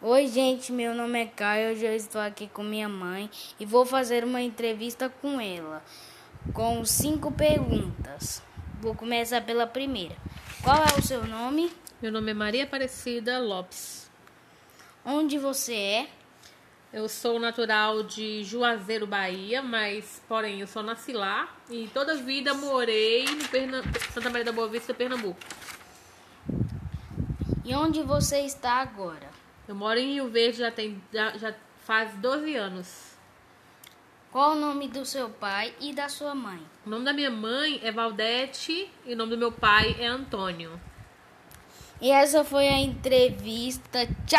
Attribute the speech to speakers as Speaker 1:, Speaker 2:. Speaker 1: Oi, gente, meu nome é Caio. Hoje eu estou aqui com minha mãe e vou fazer uma entrevista com ela com cinco perguntas. Vou começar pela primeira. Qual é o seu nome?
Speaker 2: Meu nome é Maria Aparecida Lopes.
Speaker 1: Onde você é?
Speaker 2: Eu sou natural de Juazeiro, Bahia, mas, porém, eu só nasci lá e toda a vida morei no Perna... Santa Maria da Boa Vista, Pernambuco.
Speaker 1: E onde você está agora?
Speaker 2: Eu moro em Rio Verde já, tem, já, já faz 12 anos.
Speaker 1: Qual o nome do seu pai e da sua mãe?
Speaker 2: O nome da minha mãe é Valdete e o nome do meu pai é Antônio.
Speaker 1: E essa foi a entrevista. Tchau!